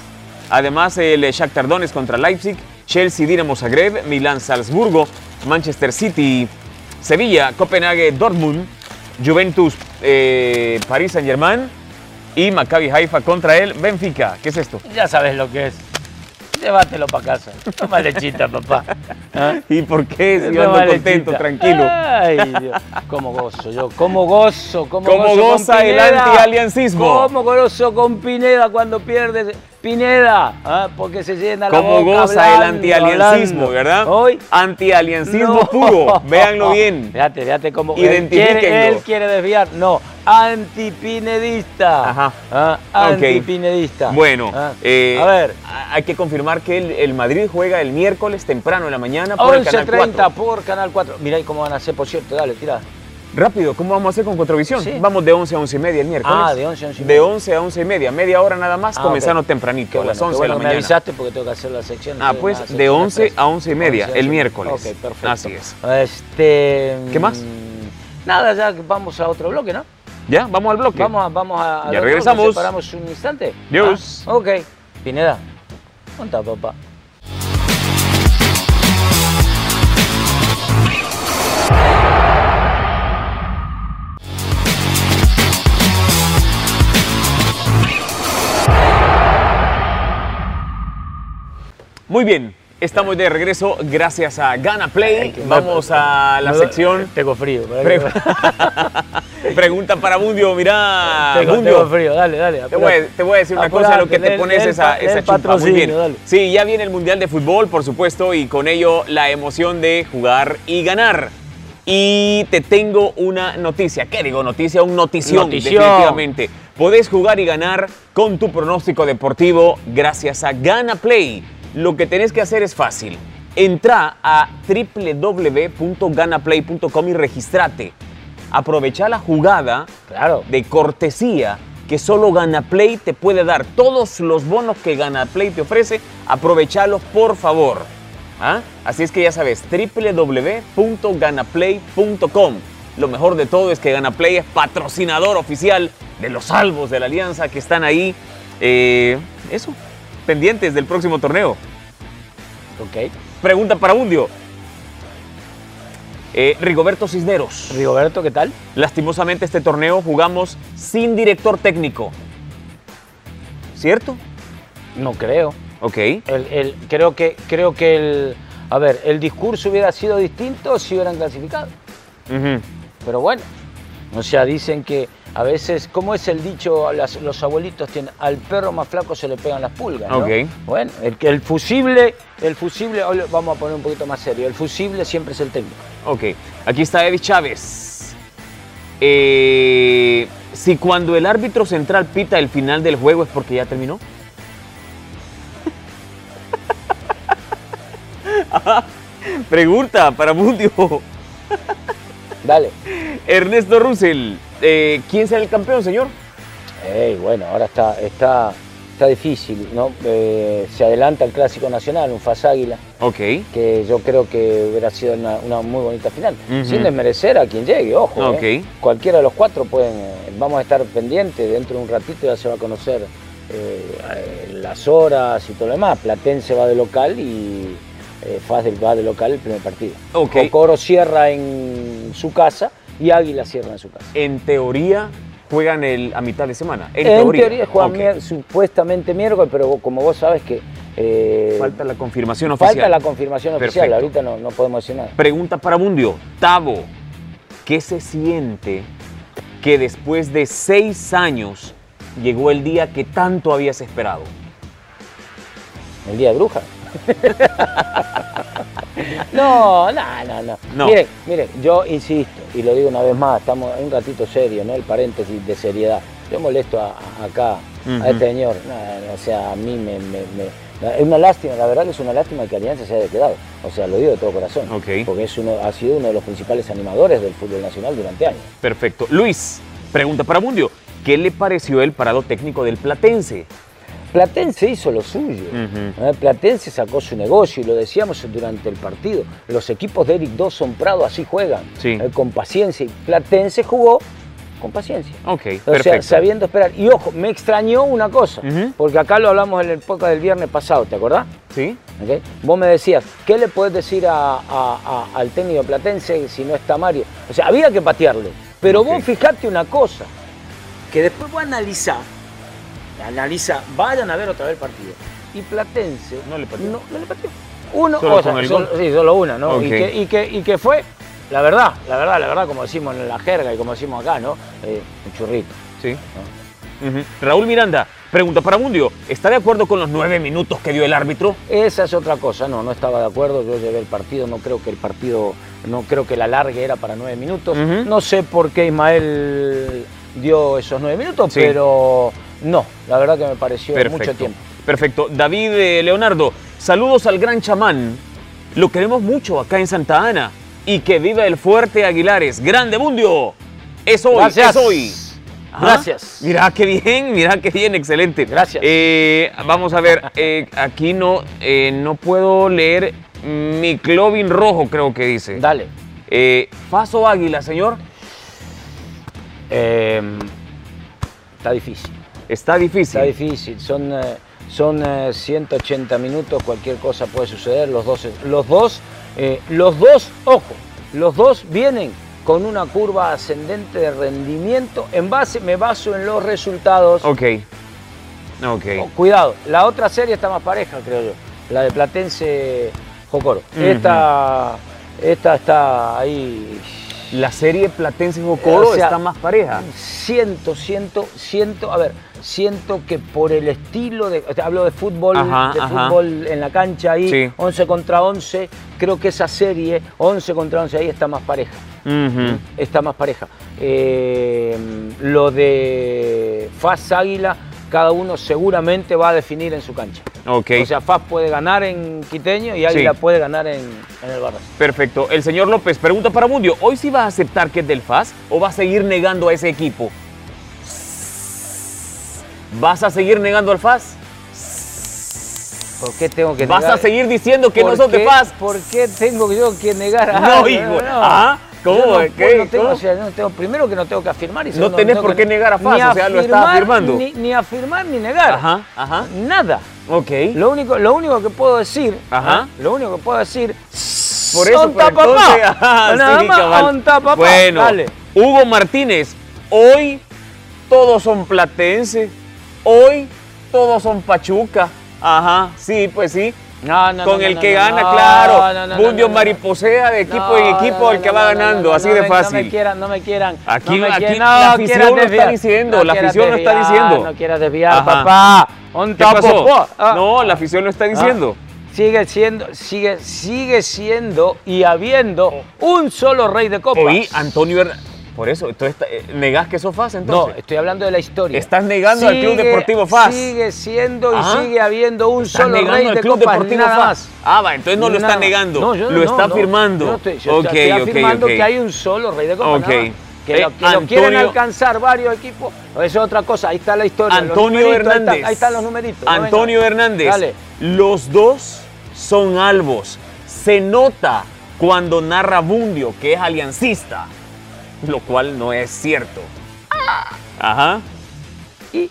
Speaker 1: Además, el eh, Shakhtar Donetsk contra Leipzig. Chelsea Dinamo Zagreb. Milán Salzburgo. Manchester City. Sevilla, Copenhague, Dortmund, Juventus, eh, París Saint Germain y Maccabi Haifa contra el Benfica. ¿Qué es esto?
Speaker 2: Ya sabes lo que es. Llévatelo para casa. Toma lechita, papá. ¿Ah?
Speaker 1: ¿Y por qué? Si yo
Speaker 2: Toma
Speaker 1: ando contento,
Speaker 2: lechita.
Speaker 1: tranquilo.
Speaker 2: Ay, Dios. Cómo gozo yo. Cómo gozo. Cómo,
Speaker 1: ¿Cómo
Speaker 2: gozo
Speaker 1: goza
Speaker 2: con
Speaker 1: el
Speaker 2: Pineda.
Speaker 1: antialiancismo?
Speaker 2: Cómo gozo con Pineda cuando pierde Pineda. ¿ah? Porque se llena la boca
Speaker 1: ¿Cómo goza el
Speaker 2: hablando,
Speaker 1: antialiancismo,
Speaker 2: hablando.
Speaker 1: verdad?
Speaker 2: Hoy
Speaker 1: Antialiancismo
Speaker 2: No.
Speaker 1: puro, véanlo bien.
Speaker 2: Fíjate, fíjate cómo. Él
Speaker 1: Identifíquenlo.
Speaker 2: quiere, él quiere desviar. No, antipinedista.
Speaker 1: Ajá.
Speaker 2: Ah,
Speaker 1: Ok.
Speaker 2: Antipinedista.
Speaker 1: Bueno,
Speaker 2: Ah,
Speaker 1: eh,
Speaker 2: a ver.
Speaker 1: hay que confirmar que el, el Madrid juega el miércoles temprano en la mañana por el Canal
Speaker 2: 11.30
Speaker 1: 4.
Speaker 2: por Canal 4. Mirá ahí cómo van a hacer, por cierto. Dale, tira.
Speaker 1: Rápido, ¿cómo vamos a hacer con Contravisión?
Speaker 2: Sí.
Speaker 1: Vamos de 11 a 11 y media el miércoles.
Speaker 2: Ah, de 11 a 11 y
Speaker 1: De
Speaker 2: media.
Speaker 1: 11 a 11 y media, media hora nada más,
Speaker 2: Ah,
Speaker 1: comenzando
Speaker 2: ok.
Speaker 1: tempranito,
Speaker 2: Qué
Speaker 1: a las
Speaker 2: bueno,
Speaker 1: 11
Speaker 2: qué
Speaker 1: de la
Speaker 2: bueno, Me
Speaker 1: mañana.
Speaker 2: avisaste porque tengo que hacer la sección.
Speaker 1: Ah,
Speaker 2: no
Speaker 1: pues,
Speaker 2: tengo nada,
Speaker 1: de
Speaker 2: sección
Speaker 1: 11
Speaker 2: express.
Speaker 1: a 11 y media,
Speaker 2: 11,
Speaker 1: el miércoles.
Speaker 2: Ok, perfecto.
Speaker 1: Así es.
Speaker 2: Este,
Speaker 1: ¿Qué más?
Speaker 2: mm, Nada, ya vamos a otro bloque, ¿no?
Speaker 1: ¿Ya? Vamos al bloque.
Speaker 2: Vamos a, vamos a. al otro,
Speaker 1: regresamos.
Speaker 2: nos separamos un instante.
Speaker 1: Dios.
Speaker 2: Ah, ok. Pineda. ¿Dónde está, papá?
Speaker 1: Muy bien, estamos de regreso gracias a Gana Play. Vamos a la
Speaker 2: Me-
Speaker 1: sección.
Speaker 2: Tengo frío. pará que-
Speaker 1: Pre- Pregunta para Mundio, mirá,
Speaker 2: Tengo,
Speaker 1: Mundio.
Speaker 2: tengo frío, dale, dale.
Speaker 1: Te voy, a-
Speaker 2: apurate.
Speaker 1: te voy a decir una
Speaker 2: Apurate,
Speaker 1: cosa, lo que te
Speaker 2: lee el-
Speaker 1: pones
Speaker 2: lee el
Speaker 1: esa,
Speaker 2: pa- lee
Speaker 1: esa
Speaker 2: el
Speaker 1: chumpa. Muy bien.
Speaker 2: patrocinio, dale.
Speaker 1: Sí, ya viene el Mundial de Fútbol, por supuesto, y con ello la emoción de jugar y ganar. Y te tengo una noticia. ¿Qué digo? Noticia, un notición,
Speaker 2: Notición.
Speaker 1: definitivamente. Podés jugar y ganar con tu pronóstico deportivo gracias a Gana Play. Lo que tenés que hacer es fácil. Entra a www.ganaplay.com y registrate. Aprovecha la jugada
Speaker 2: Claro.
Speaker 1: de cortesía que solo GanaPlay te puede dar. Todos los bonos que GanaPlay te ofrece, aprovechalos por favor. ¿Ah? Así es que ya sabes, www.ganaplay.com. Lo mejor de todo es que GanaPlay es patrocinador oficial de los salvos de la alianza que están ahí, eh, eso, pendientes del próximo torneo.
Speaker 2: Ok.
Speaker 1: Pregunta para Bundio. Eh, Rigoberto Cisneros.
Speaker 2: Rigoberto, ¿qué tal?
Speaker 1: Lastimosamente este torneo jugamos sin director técnico. ¿Cierto?
Speaker 2: No creo.
Speaker 1: Ok.
Speaker 2: El, el- creo que, creo que el, a ver, el discurso hubiera sido distinto si hubieran clasificado.
Speaker 1: Ujú.
Speaker 2: Pero bueno, o sea, dicen que a veces, ¿cómo es el dicho? Las- los abuelitos tienen, al perro más flaco se le pegan las pulgas. ¿no?
Speaker 1: Ok.
Speaker 2: Bueno, el, que- el fusible, el fusible, hoy lo- vamos a poner un poquito más serio, el fusible siempre es el técnico.
Speaker 1: Ok. Aquí está Eddie Chávez. Eh, si cuando el árbitro central pita el final del juego es porque ya terminó. Ajá. Pregunta para Mundio.
Speaker 2: Dale.
Speaker 1: Ernesto Russell. eh, ¿Quién será el campeón, señor?
Speaker 2: Ey, bueno, ahora está, está, está difícil, ¿no? Eh, se adelanta el Clásico Nacional, un Faz Águila.
Speaker 1: Ok.
Speaker 2: que yo creo que hubiera sido una, una muy bonita final,
Speaker 1: Ujú.
Speaker 2: sin desmerecer a quien llegue, ojo. ¿eh?
Speaker 1: Ok.
Speaker 2: Cualquiera de los cuatro pueden, eh, vamos a estar pendientes, dentro de un ratito ya se va a conocer eh, eh, las horas y todo lo demás. Platense va de local y eh, Faz del- va de local el primer partido.
Speaker 1: Ok.
Speaker 2: Coro cierra en su casa y Águila cierra en su casa.
Speaker 1: en teoría juegan el, a mitad de semana. En,
Speaker 2: en teoría, juegan
Speaker 1: Ok.
Speaker 2: mier- supuestamente miércoles, pero vos- como vos sabes que... eh,
Speaker 1: Falta la confirmación oficial.
Speaker 2: falta la confirmación oficial,
Speaker 1: Perfecto.
Speaker 2: ahorita no, no podemos decir nada.
Speaker 1: Pregunta para Mundio. Tavo, ¿qué se siente que después de seis años llegó el día que tanto habías esperado?
Speaker 2: El día de bruja. no, no, no, no,
Speaker 1: No.
Speaker 2: Miren, miren, yo insisto, y lo digo una vez más, estamos en un ratito serio, ¿no? El paréntesis de seriedad. Yo molesto a, a- acá,
Speaker 1: Ujú.
Speaker 2: a este señor. No, no, o sea, a mí me, me- me- Es una lástima, la verdad que es una lástima que Alianza se haya quedado. O sea, lo digo de todo corazón.
Speaker 1: Ok.
Speaker 2: Porque es uno, ha sido uno de los principales animadores del fútbol nacional durante años.
Speaker 1: Perfecto. Luis, pregunta para Mundio. ¿Qué le pareció el parado técnico del Platense?
Speaker 2: Platense hizo lo suyo.
Speaker 1: Ujú.
Speaker 2: Eh, Platense sacó su negocio y lo decíamos durante el partido. Los equipos de Eric Dawson Prado así juegan,
Speaker 1: Sí.
Speaker 2: eh, con paciencia. Y Platense jugó con paciencia.
Speaker 1: Ok,
Speaker 2: O sea,
Speaker 1: perfecto.
Speaker 2: sabiendo esperar. Y ojo, me extrañó una cosa,
Speaker 1: Ujú.
Speaker 2: porque acá lo hablamos en el podcast del viernes pasado, ¿te acordás?
Speaker 1: ¿Sí?
Speaker 2: ¿Ok? Vos me decías, ¿qué le podés decir a- a- a- al técnico platense si no está Mario? O sea, había que patearlo. Pero
Speaker 1: Ok.
Speaker 2: vos fijate una cosa, que después vos analizás, analiza, vayan a ver otra vez el partido. Y Platense
Speaker 1: No le pateó.
Speaker 2: No, no le pateó. Uno,
Speaker 1: Solo
Speaker 2: o sea,
Speaker 1: con el
Speaker 2: solo-
Speaker 1: gol.
Speaker 2: sí, solo una, ¿no?
Speaker 1: Ok.
Speaker 2: Y, que, y, que, y que fue, la verdad, la verdad, la verdad, como decimos en la jerga y como decimos acá, ¿no? Eh, un churrito.
Speaker 1: Sí. Ujú. Raúl Miranda, pregunta para Mundio. ¿Está de acuerdo con los nueve minutos que dio el árbitro?
Speaker 2: Esa es otra cosa, no, no estaba de acuerdo, yo llevé el partido, no creo que el partido, no creo que la largue era para nueve minutos,
Speaker 1: Ujú.
Speaker 2: no sé por qué Ismael dio esos nueve minutos,
Speaker 1: Sí.
Speaker 2: pero no, la verdad que me pareció mucho tiempo.
Speaker 1: Perfecto. David eh, Leonardo, saludos al gran chamán. Lo queremos mucho acá en Santa Ana. Y que viva el fuerte Aguilares. Grande Mundio. Es hoy, es
Speaker 2: Gracias.
Speaker 1: hoy. Ajá.
Speaker 2: Gracias.
Speaker 1: Mirá qué bien, mirá qué bien, excelente.
Speaker 2: Gracias.
Speaker 1: Eh, vamos a ver, eh, aquí no, eh, no puedo leer mi clovin rojo, creo que dice.
Speaker 2: Dale.
Speaker 1: Eh, Faso Águila, señor.
Speaker 2: Eh, está difícil,
Speaker 1: Está difícil.
Speaker 2: está difícil, son, eh, son eh, 180 minutos, cualquier cosa puede suceder, los dos, los dos, eh, los dos, ojo, los dos vienen con una curva ascendente de rendimiento en base, me baso en los resultados.
Speaker 1: Ok. Ok.
Speaker 2: Oh, Cuidado, la otra serie está más pareja, creo yo. La de Platense Jocoro.
Speaker 1: Ujú.
Speaker 2: Esta esta está ahí.
Speaker 1: La serie Platense Jocoro
Speaker 2: O sea,
Speaker 1: está más pareja.
Speaker 2: Siento, siento, siento, a ver, siento que por el estilo de. o sea, hablo de fútbol,
Speaker 1: Ajá,
Speaker 2: de
Speaker 1: ajá.
Speaker 2: fútbol en la cancha ahí,
Speaker 1: Sí.
Speaker 2: 11 contra 11, creo que esa serie, 11 contra 11 ahí está más pareja.
Speaker 1: Ujú.
Speaker 2: está más pareja. Eh, lo de Faz Águila, cada uno seguramente va a definir en su cancha.
Speaker 1: Ok.
Speaker 2: O sea, Faz puede ganar en Quiteño y Águila puede ganar en, en el Barras.
Speaker 1: Perfecto. El señor López pregunta para Mundio, ¿hoy sí va a aceptar que es del FAS o va a seguir negando a ese equipo? ¿Vas a seguir negando al FAS?
Speaker 2: ¿Por qué tengo que
Speaker 1: ¿Vas
Speaker 2: negar?
Speaker 1: a seguir diciendo que no
Speaker 2: ¿Por
Speaker 1: son de
Speaker 2: qué-
Speaker 1: FAS?
Speaker 2: ¿Por qué tengo yo que negar a
Speaker 1: No,
Speaker 2: algo?
Speaker 1: hijo. Ah, ¿cómo?
Speaker 2: Yo no,
Speaker 1: ¿Qué?
Speaker 2: no tengo,
Speaker 1: ¿Cómo?
Speaker 2: o sea, no tengo- primero que no tengo que afirmar y
Speaker 1: No
Speaker 2: segundo,
Speaker 1: tenés
Speaker 2: tengo
Speaker 1: por
Speaker 2: que-
Speaker 1: qué negar a Faz,
Speaker 2: ni
Speaker 1: o sea, lo estás
Speaker 2: afirmar,
Speaker 1: afirmando.
Speaker 2: Ni, ni afirmar ni negar.
Speaker 1: Ajá, ajá.
Speaker 2: Nada.
Speaker 1: Ok.
Speaker 2: Lo único, lo único que puedo decir,
Speaker 1: Ajá.
Speaker 2: ¿eh? lo único que puedo decir,
Speaker 1: Por eso,
Speaker 2: onta
Speaker 1: pero
Speaker 2: papá,
Speaker 1: entonces- Ajá,
Speaker 2: nada
Speaker 1: sí,
Speaker 2: más,
Speaker 1: cabal.
Speaker 2: onta papá,
Speaker 1: Bueno,
Speaker 2: dale.
Speaker 1: Hugo Martínez, hoy todos son platense, hoy todos son pachuca. Ajá, sí, pues sí.
Speaker 2: No, no,
Speaker 1: con
Speaker 2: no,
Speaker 1: el
Speaker 2: no,
Speaker 1: que
Speaker 2: no,
Speaker 1: gana,
Speaker 2: no,
Speaker 1: claro.
Speaker 2: no, no,
Speaker 1: Mundio
Speaker 2: no, no,
Speaker 1: mariposea de equipo
Speaker 2: no,
Speaker 1: en equipo
Speaker 2: no,
Speaker 1: el que
Speaker 2: no,
Speaker 1: va
Speaker 2: no,
Speaker 1: ganando,
Speaker 2: no,
Speaker 1: así
Speaker 2: no
Speaker 1: de
Speaker 2: me- No me
Speaker 1: fácil.
Speaker 2: quieran, no me quieran.
Speaker 1: Aquí-
Speaker 2: no me
Speaker 1: aquí
Speaker 2: quieran,
Speaker 1: la
Speaker 2: no,
Speaker 1: afición
Speaker 2: quieras
Speaker 1: lo está
Speaker 2: desviar,
Speaker 1: diciendo,
Speaker 2: no
Speaker 1: la
Speaker 2: quieras
Speaker 1: afición lo está
Speaker 2: desviar,
Speaker 1: diciendo.
Speaker 2: No quieras desviar,
Speaker 1: Ajá.
Speaker 2: papá. Onta
Speaker 1: ¿Qué pasó?
Speaker 2: papá. Ah.
Speaker 1: No, la afición lo está diciendo.
Speaker 2: Ah, Sigue siendo, sigue, sigue siendo y habiendo un solo rey de copas.
Speaker 1: Oh. Oí ah, Antonio Hernández. Por eso, tú está- eh, negás que eso fácil
Speaker 2: No,
Speaker 1: entonces.
Speaker 2: estoy hablando de la historia.
Speaker 1: Estás negando al Club Deportivo FAS.
Speaker 2: Sigue siendo y
Speaker 1: Ah.
Speaker 2: sigue habiendo un
Speaker 1: Estás
Speaker 2: solo
Speaker 1: negando
Speaker 2: rey
Speaker 1: al
Speaker 2: de
Speaker 1: Club
Speaker 2: copas,
Speaker 1: Deportivo
Speaker 2: nada
Speaker 1: Faz.
Speaker 2: más.
Speaker 1: Ah, va, entonces no lo está
Speaker 2: Nada.
Speaker 1: negando,
Speaker 2: No, yo
Speaker 1: lo
Speaker 2: no,
Speaker 1: está
Speaker 2: no,
Speaker 1: afirmando.
Speaker 2: yo no estoy, yo
Speaker 1: Ok,
Speaker 2: estoy
Speaker 1: ok,
Speaker 2: afirmando
Speaker 1: ok.
Speaker 2: que hay un solo rey de copas,
Speaker 1: Ok.
Speaker 2: nada más. Que,
Speaker 1: Eh,
Speaker 2: lo, que lo quieren
Speaker 1: Antonio-
Speaker 2: alcanzar varios equipos, eso es otra cosa. Ahí está la historia. los
Speaker 1: Antonio
Speaker 2: numeritos, ahí
Speaker 1: Hernández.
Speaker 2: está- Ahí están los numeritos. no
Speaker 1: Antonio
Speaker 2: vengan.
Speaker 1: Hernández.
Speaker 2: Dale.
Speaker 1: Los dos son albos. Se nota cuando narra Bundio que es aliancista, lo cual no es cierto. Ajá.
Speaker 2: Y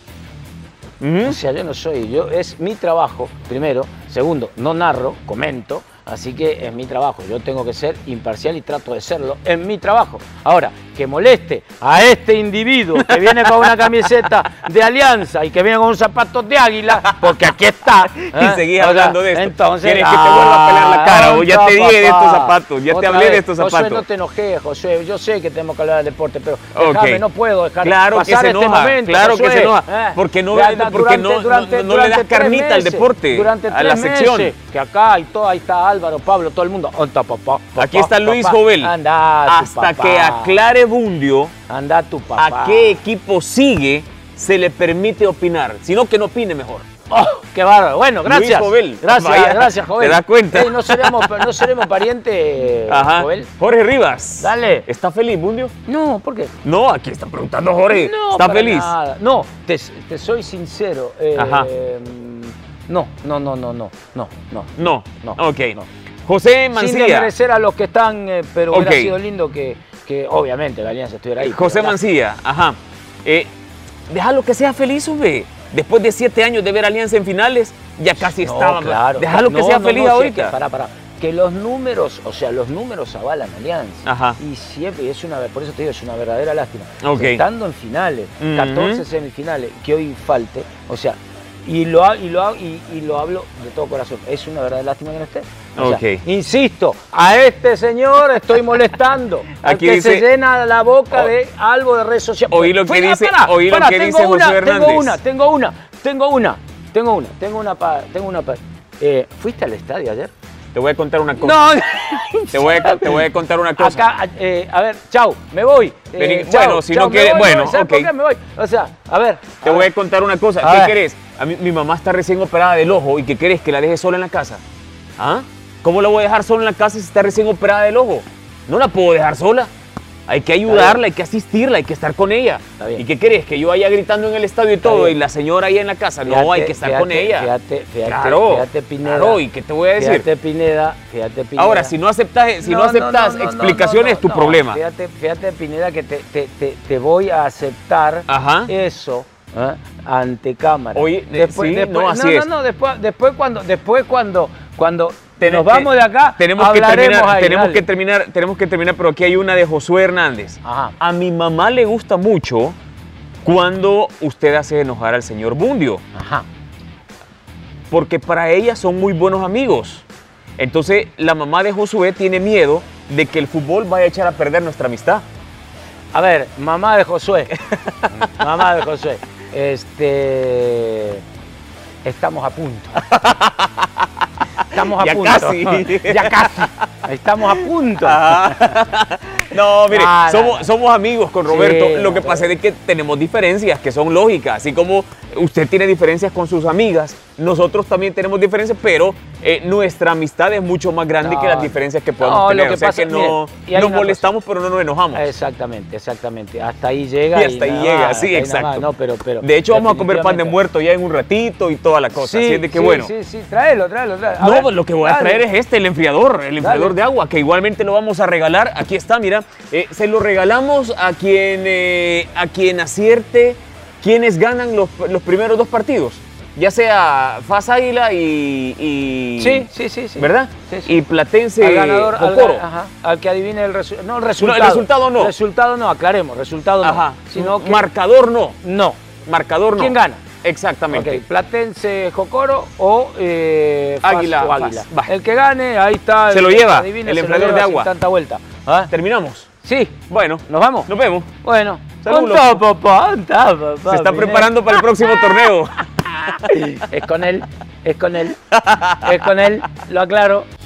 Speaker 1: Ujú.
Speaker 2: O sea, yo no soy, yo es mi trabajo, primero. Segundo, no narro, comento, así que es mi trabajo. Yo tengo que ser imparcial y trato de serlo en mi trabajo. Ahora, que moleste a este individuo que viene con una camiseta de alianza y que viene con un zapato de águila, porque aquí está.
Speaker 1: Y seguís hablando de esto. ¿Quieres que te vuelva a pelar la cara? O ya te dije de estos zapatos, ya te
Speaker 2: ah, Otra
Speaker 1: hablé de
Speaker 2: vez.
Speaker 1: estos
Speaker 2: Josué,
Speaker 1: zapatos.
Speaker 2: no te enojes, José. Yo sé que tenemos que hablar del deporte, pero
Speaker 1: Ok.
Speaker 2: déjame, no puedo dejar
Speaker 1: Claro que
Speaker 2: pasar
Speaker 1: se
Speaker 2: este
Speaker 1: enoja,
Speaker 2: momento. Eh,
Speaker 1: claro que
Speaker 2: Josué.
Speaker 1: se enoja, porque no- porque no- no- no le das
Speaker 2: durante tres
Speaker 1: carnita al
Speaker 2: meses,
Speaker 1: deporte,
Speaker 2: Durante
Speaker 1: a la
Speaker 2: tres
Speaker 1: sección.
Speaker 2: meses, que acá y todo, ahí está Álvaro, Pablo, todo el mundo. Anda, papá, papá,
Speaker 1: Aquí está Luis
Speaker 2: papá.
Speaker 1: Jovel.
Speaker 2: Anda, tu
Speaker 1: Hasta
Speaker 2: papá.
Speaker 1: que aclare Bundio
Speaker 2: Anda tu papá.
Speaker 1: a qué equipo sigue, se le permite opinar. Sino que no opine mejor.
Speaker 2: Oh, qué bárbaro. Bueno,
Speaker 1: Luis
Speaker 2: gracias.
Speaker 1: Jovel.
Speaker 2: Gracias,
Speaker 1: Vaya,
Speaker 2: gracias, Jovel.
Speaker 1: ¿te das cuenta?
Speaker 2: Ey, no seremos, no seremos parientes,
Speaker 1: Ajá.
Speaker 2: Jovel.
Speaker 1: Jorge Rivas.
Speaker 2: Dale.
Speaker 1: ¿Está feliz, Bundio?
Speaker 2: No, ¿por qué?
Speaker 1: No, aquí está preguntando Jorge.
Speaker 2: No,
Speaker 1: ¿Está
Speaker 2: para
Speaker 1: feliz?
Speaker 2: nada. No, te, te soy sincero. eh,
Speaker 1: Ajá.
Speaker 2: No, no, no, no, no, no, no.
Speaker 1: No.
Speaker 2: No,
Speaker 1: Ok.
Speaker 2: no.
Speaker 1: José
Speaker 2: Sin
Speaker 1: Mancilla.
Speaker 2: desmerecer a los que están, eh, pero
Speaker 1: Ok.
Speaker 2: hubiera sido lindo que, que, obviamente, la alianza estuviera ahí.
Speaker 1: José
Speaker 2: pero ya.
Speaker 1: Mancilla, ajá. Eh, déjalo que sea feliz, hombre. Después de siete años de ver Alianza en finales, ya casi
Speaker 2: No,
Speaker 1: estaba.
Speaker 2: claro.
Speaker 1: Déjalo que
Speaker 2: No,
Speaker 1: sea
Speaker 2: no,
Speaker 1: feliz
Speaker 2: no, si es
Speaker 1: ahorita.
Speaker 2: que- pará, pará. Que los números, o sea, los números avalan Alianza.
Speaker 1: Ajá.
Speaker 2: Y siempre, y es una, por eso te digo, es una verdadera lástima.
Speaker 1: Ok.
Speaker 2: Estando en finales,
Speaker 1: Ujú.
Speaker 2: 14 semifinales, que hoy falte, o sea, y lo, ha- y lo, ha- y, y lo hablo de todo corazón, es una verdadera lástima que no esté. O sea,
Speaker 1: Ok.
Speaker 2: insisto, a este señor estoy molestando. al
Speaker 1: Aquí
Speaker 2: que se
Speaker 1: dice- Oh.
Speaker 2: llena la boca
Speaker 1: O-
Speaker 2: de algo de redes sociales.
Speaker 1: Oí lo que
Speaker 2: Fuera,
Speaker 1: dice-
Speaker 2: pará,
Speaker 1: oí lo
Speaker 2: pará,
Speaker 1: que
Speaker 2: tengo
Speaker 1: dice
Speaker 2: una,
Speaker 1: José Hernández.
Speaker 2: Tengo una, tengo una, tengo una, tengo una, tengo una pa- tengo una pa- eh, ¿Fuiste al estadio ayer?
Speaker 1: Te voy a contar una cosa.
Speaker 2: No,
Speaker 1: Te, voy a, te voy a contar una cosa.
Speaker 2: acá, eh, a ver, chau, me voy. Eh,
Speaker 1: Vení,
Speaker 2: chau,
Speaker 1: bueno, si no
Speaker 2: chau, me
Speaker 1: quiere-
Speaker 2: voy, me
Speaker 1: bueno,
Speaker 2: voy, ¿sabes
Speaker 1: ok.
Speaker 2: por qué me voy? O sea, a ver.
Speaker 1: te
Speaker 2: a
Speaker 1: voy a
Speaker 2: ver.
Speaker 1: contar una cosa.
Speaker 2: A
Speaker 1: ¿Qué
Speaker 2: ver.
Speaker 1: querés? A mí- mi mamá está recién operada del ojo. ¿Y qué querés? ¿Que la deje sola en la casa? ¿Ah? ¿Cómo la voy a dejar sola en la casa si está recién operada del ojo? No la puedo dejar sola. Hay que ayudarla, hay que asistirla, hay que estar con ella.
Speaker 2: Está bien.
Speaker 1: ¿Y qué querés? Que yo vaya gritando en el estadio y todo
Speaker 2: bien.
Speaker 1: y la señora ahí en la casa.
Speaker 2: Fíjate,
Speaker 1: no, hay que estar
Speaker 2: fíjate,
Speaker 1: con ella.
Speaker 2: Fíjate, fíjate,
Speaker 1: claro,
Speaker 2: fíjate Pineda.
Speaker 1: claro, ¿y qué te voy a decir?
Speaker 2: Fíjate Pineda, fíjate Pineda.
Speaker 1: Ahora, si no aceptas, si no,
Speaker 2: No, no,
Speaker 1: aceptas
Speaker 2: no, no, no,
Speaker 1: explicaciones,
Speaker 2: no,
Speaker 1: es tu
Speaker 2: no.
Speaker 1: problema.
Speaker 2: Fíjate, fíjate, Pineda, que te, te- te- te voy a aceptar
Speaker 1: Ajá.
Speaker 2: eso ¿eh? ante cámara.
Speaker 1: Oye, eh, sí, no, así
Speaker 2: no,
Speaker 1: es.
Speaker 2: no, después, después cuando, después cuando, cuando
Speaker 1: Ten-
Speaker 2: nos
Speaker 1: te-
Speaker 2: vamos de acá,
Speaker 1: tenemos que
Speaker 2: hablaremos
Speaker 1: terminar,
Speaker 2: ahí,
Speaker 1: tenemos
Speaker 2: dale.
Speaker 1: que terminar, tenemos que terminar, pero aquí hay una de Josué Hernández.
Speaker 2: Ajá.
Speaker 1: A mi mamá le gusta mucho cuando usted hace enojar al señor Bundio,
Speaker 2: Ajá.
Speaker 1: porque para ella son muy buenos amigos. Entonces, la mamá de Josué tiene miedo de que el fútbol vaya a echar a perder nuestra amistad.
Speaker 2: A ver, mamá de Josué. mamá de Josué. Este. Estamos a punto. Estamos a
Speaker 1: Ya
Speaker 2: punto.
Speaker 1: casi. Ah,
Speaker 2: ya casi. Estamos a punto.
Speaker 1: No, mire,
Speaker 2: Ah, no,
Speaker 1: somos,
Speaker 2: no.
Speaker 1: somos amigos con Roberto.
Speaker 2: Sí,
Speaker 1: Lo que
Speaker 2: no,
Speaker 1: pasa es que tenemos diferencias que son lógicas, así como usted tiene diferencias con sus amigas, nosotros también tenemos diferencias, pero eh, nuestra amistad es mucho más grande que
Speaker 2: No,
Speaker 1: las diferencias que podemos
Speaker 2: no, lo
Speaker 1: tener.
Speaker 2: que
Speaker 1: o sea
Speaker 2: pasa-
Speaker 1: que no
Speaker 2: mire, y hay
Speaker 1: nos
Speaker 2: una
Speaker 1: molestamos, pero no nos enojamos.
Speaker 2: Exactamente, exactamente. Hasta ahí llega.
Speaker 1: Y hasta ahí
Speaker 2: nada
Speaker 1: llega,
Speaker 2: más,
Speaker 1: sí,
Speaker 2: hasta ahí nada
Speaker 1: exacto.
Speaker 2: más. No, pero, pero
Speaker 1: de hecho, vamos a comer pan de
Speaker 2: definitivamente.
Speaker 1: muerto ya en un ratito y toda la cosa. así es de que
Speaker 2: sí,
Speaker 1: bueno.
Speaker 2: Sí, sí, tráelo, tráelo, tráelo. A
Speaker 1: No,
Speaker 2: ver,
Speaker 1: pues lo que voy a
Speaker 2: dale.
Speaker 1: traer es este, el enfriador, el enfriador
Speaker 2: Dale.
Speaker 1: de agua, que igualmente lo vamos a regalar. Aquí está, mira. Eh, se lo regalamos a quien, eh, a quien acierte quienes ganan los, los primeros dos partidos. Ya sea Faz Águila y, y-
Speaker 2: Sí, sí, sí. sí.
Speaker 1: ¿Verdad?
Speaker 2: Sí, sí.
Speaker 1: Y Platense
Speaker 2: al ganador, al,
Speaker 1: Jocoro.
Speaker 2: ga- ajá, al que adivine el resultado. No, el
Speaker 1: No,
Speaker 2: resultado.
Speaker 1: el resultado no.
Speaker 2: Resultado no, aclaremos, resultado no.
Speaker 1: Ajá.
Speaker 2: Sino que
Speaker 1: Marcador no.
Speaker 2: no.
Speaker 1: Marcador no.
Speaker 2: ¿Quién gana?
Speaker 1: Exactamente.
Speaker 2: Ok, Platense Jocoro o eh, Faz
Speaker 1: Águila,
Speaker 2: o Águila.
Speaker 1: Faz, va.
Speaker 2: El que gane, ahí está.
Speaker 1: Se
Speaker 2: el
Speaker 1: lo
Speaker 2: que
Speaker 1: lleva,
Speaker 2: adivine,
Speaker 1: el
Speaker 2: se lo
Speaker 1: inflador
Speaker 2: lleva
Speaker 1: de
Speaker 2: sin
Speaker 1: agua.
Speaker 2: tanta vuelta. ¿Ah?
Speaker 1: Terminamos.
Speaker 2: Sí,
Speaker 1: Bueno,
Speaker 2: nos vamos.
Speaker 1: nos vemos.
Speaker 2: Bueno,
Speaker 1: Saludos.
Speaker 2: anda, papá, anda, papá,
Speaker 1: Se está
Speaker 2: mirá.
Speaker 1: preparando para el próximo torneo.
Speaker 2: Es con él, es con él, es con él, lo aclaro.